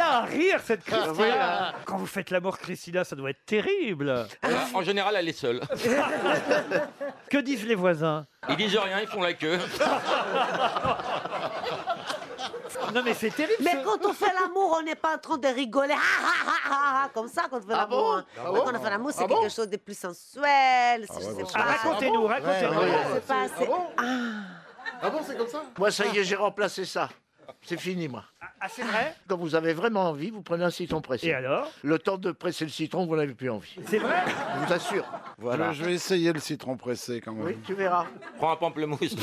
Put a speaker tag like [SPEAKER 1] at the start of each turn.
[SPEAKER 1] à rire, cette
[SPEAKER 2] Ah,
[SPEAKER 1] Christina. Quand vous faites l'amour, Christina, ça doit être terrible.
[SPEAKER 3] En général, elle est seule.
[SPEAKER 1] Que disent les voisins
[SPEAKER 3] Ils disent rien, ils font la queue.
[SPEAKER 1] Non, mais c'est terrible.
[SPEAKER 4] Mais quand on fait l'amour, on n'est pas en train de rigoler ah, ah, ah, ah, ah, comme ça quand on fait l'amour. hein.
[SPEAKER 2] Ah
[SPEAKER 4] Mais
[SPEAKER 2] bon
[SPEAKER 4] quand on fait l'amour, c'est
[SPEAKER 2] Ah
[SPEAKER 4] quelque
[SPEAKER 2] bon
[SPEAKER 4] chose de plus sensuel. c'est- je sais
[SPEAKER 1] Ah,
[SPEAKER 4] pas.
[SPEAKER 1] racontez-nous, racontez-nous.
[SPEAKER 2] Ouais, Ah ouais.
[SPEAKER 4] Je sais pas, c'est-
[SPEAKER 2] Ah bon, c'est comme ça
[SPEAKER 5] Moi, ça y est, j'ai remplacé ça. C'est fini, moi.
[SPEAKER 1] Ah, c'est vrai
[SPEAKER 5] Quand vous avez vraiment envie, vous prenez un citron
[SPEAKER 1] Et
[SPEAKER 5] pressé.
[SPEAKER 1] alors
[SPEAKER 5] Le temps de presser le citron, vous n'avez plus envie.
[SPEAKER 1] C'est vrai
[SPEAKER 5] Je vous assure.
[SPEAKER 2] Je, je vais essayer le citron pressé quand même.
[SPEAKER 5] Oui, tu verras.
[SPEAKER 3] Prends un pamplemousse.